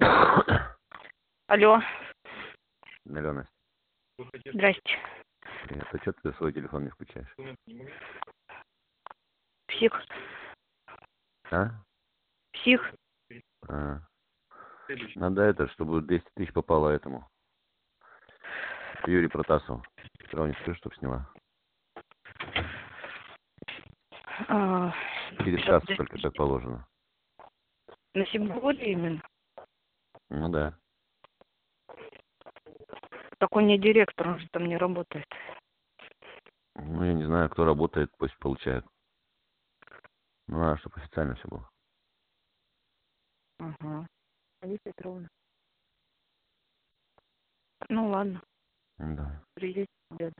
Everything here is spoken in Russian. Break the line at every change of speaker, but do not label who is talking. Алло,
Алена,
здрасте.
привет. А что ты свой телефон не включаешь?
Псих,
А?
псих.
А. Надо это, чтобы 200 тысяч попало этому. Юрий Протасову. Вчера не скажу, чтоб сняла.
а,
Через
сейчас
час
для-
только так положено.
На сегодня именно.
Ну да.
Так он не директор, он же там не работает.
Ну, я не знаю, кто работает, пусть получает. Ну, надо, чтобы официально все было.
Ага. Петровна. Ну ладно,
Да.
приедете.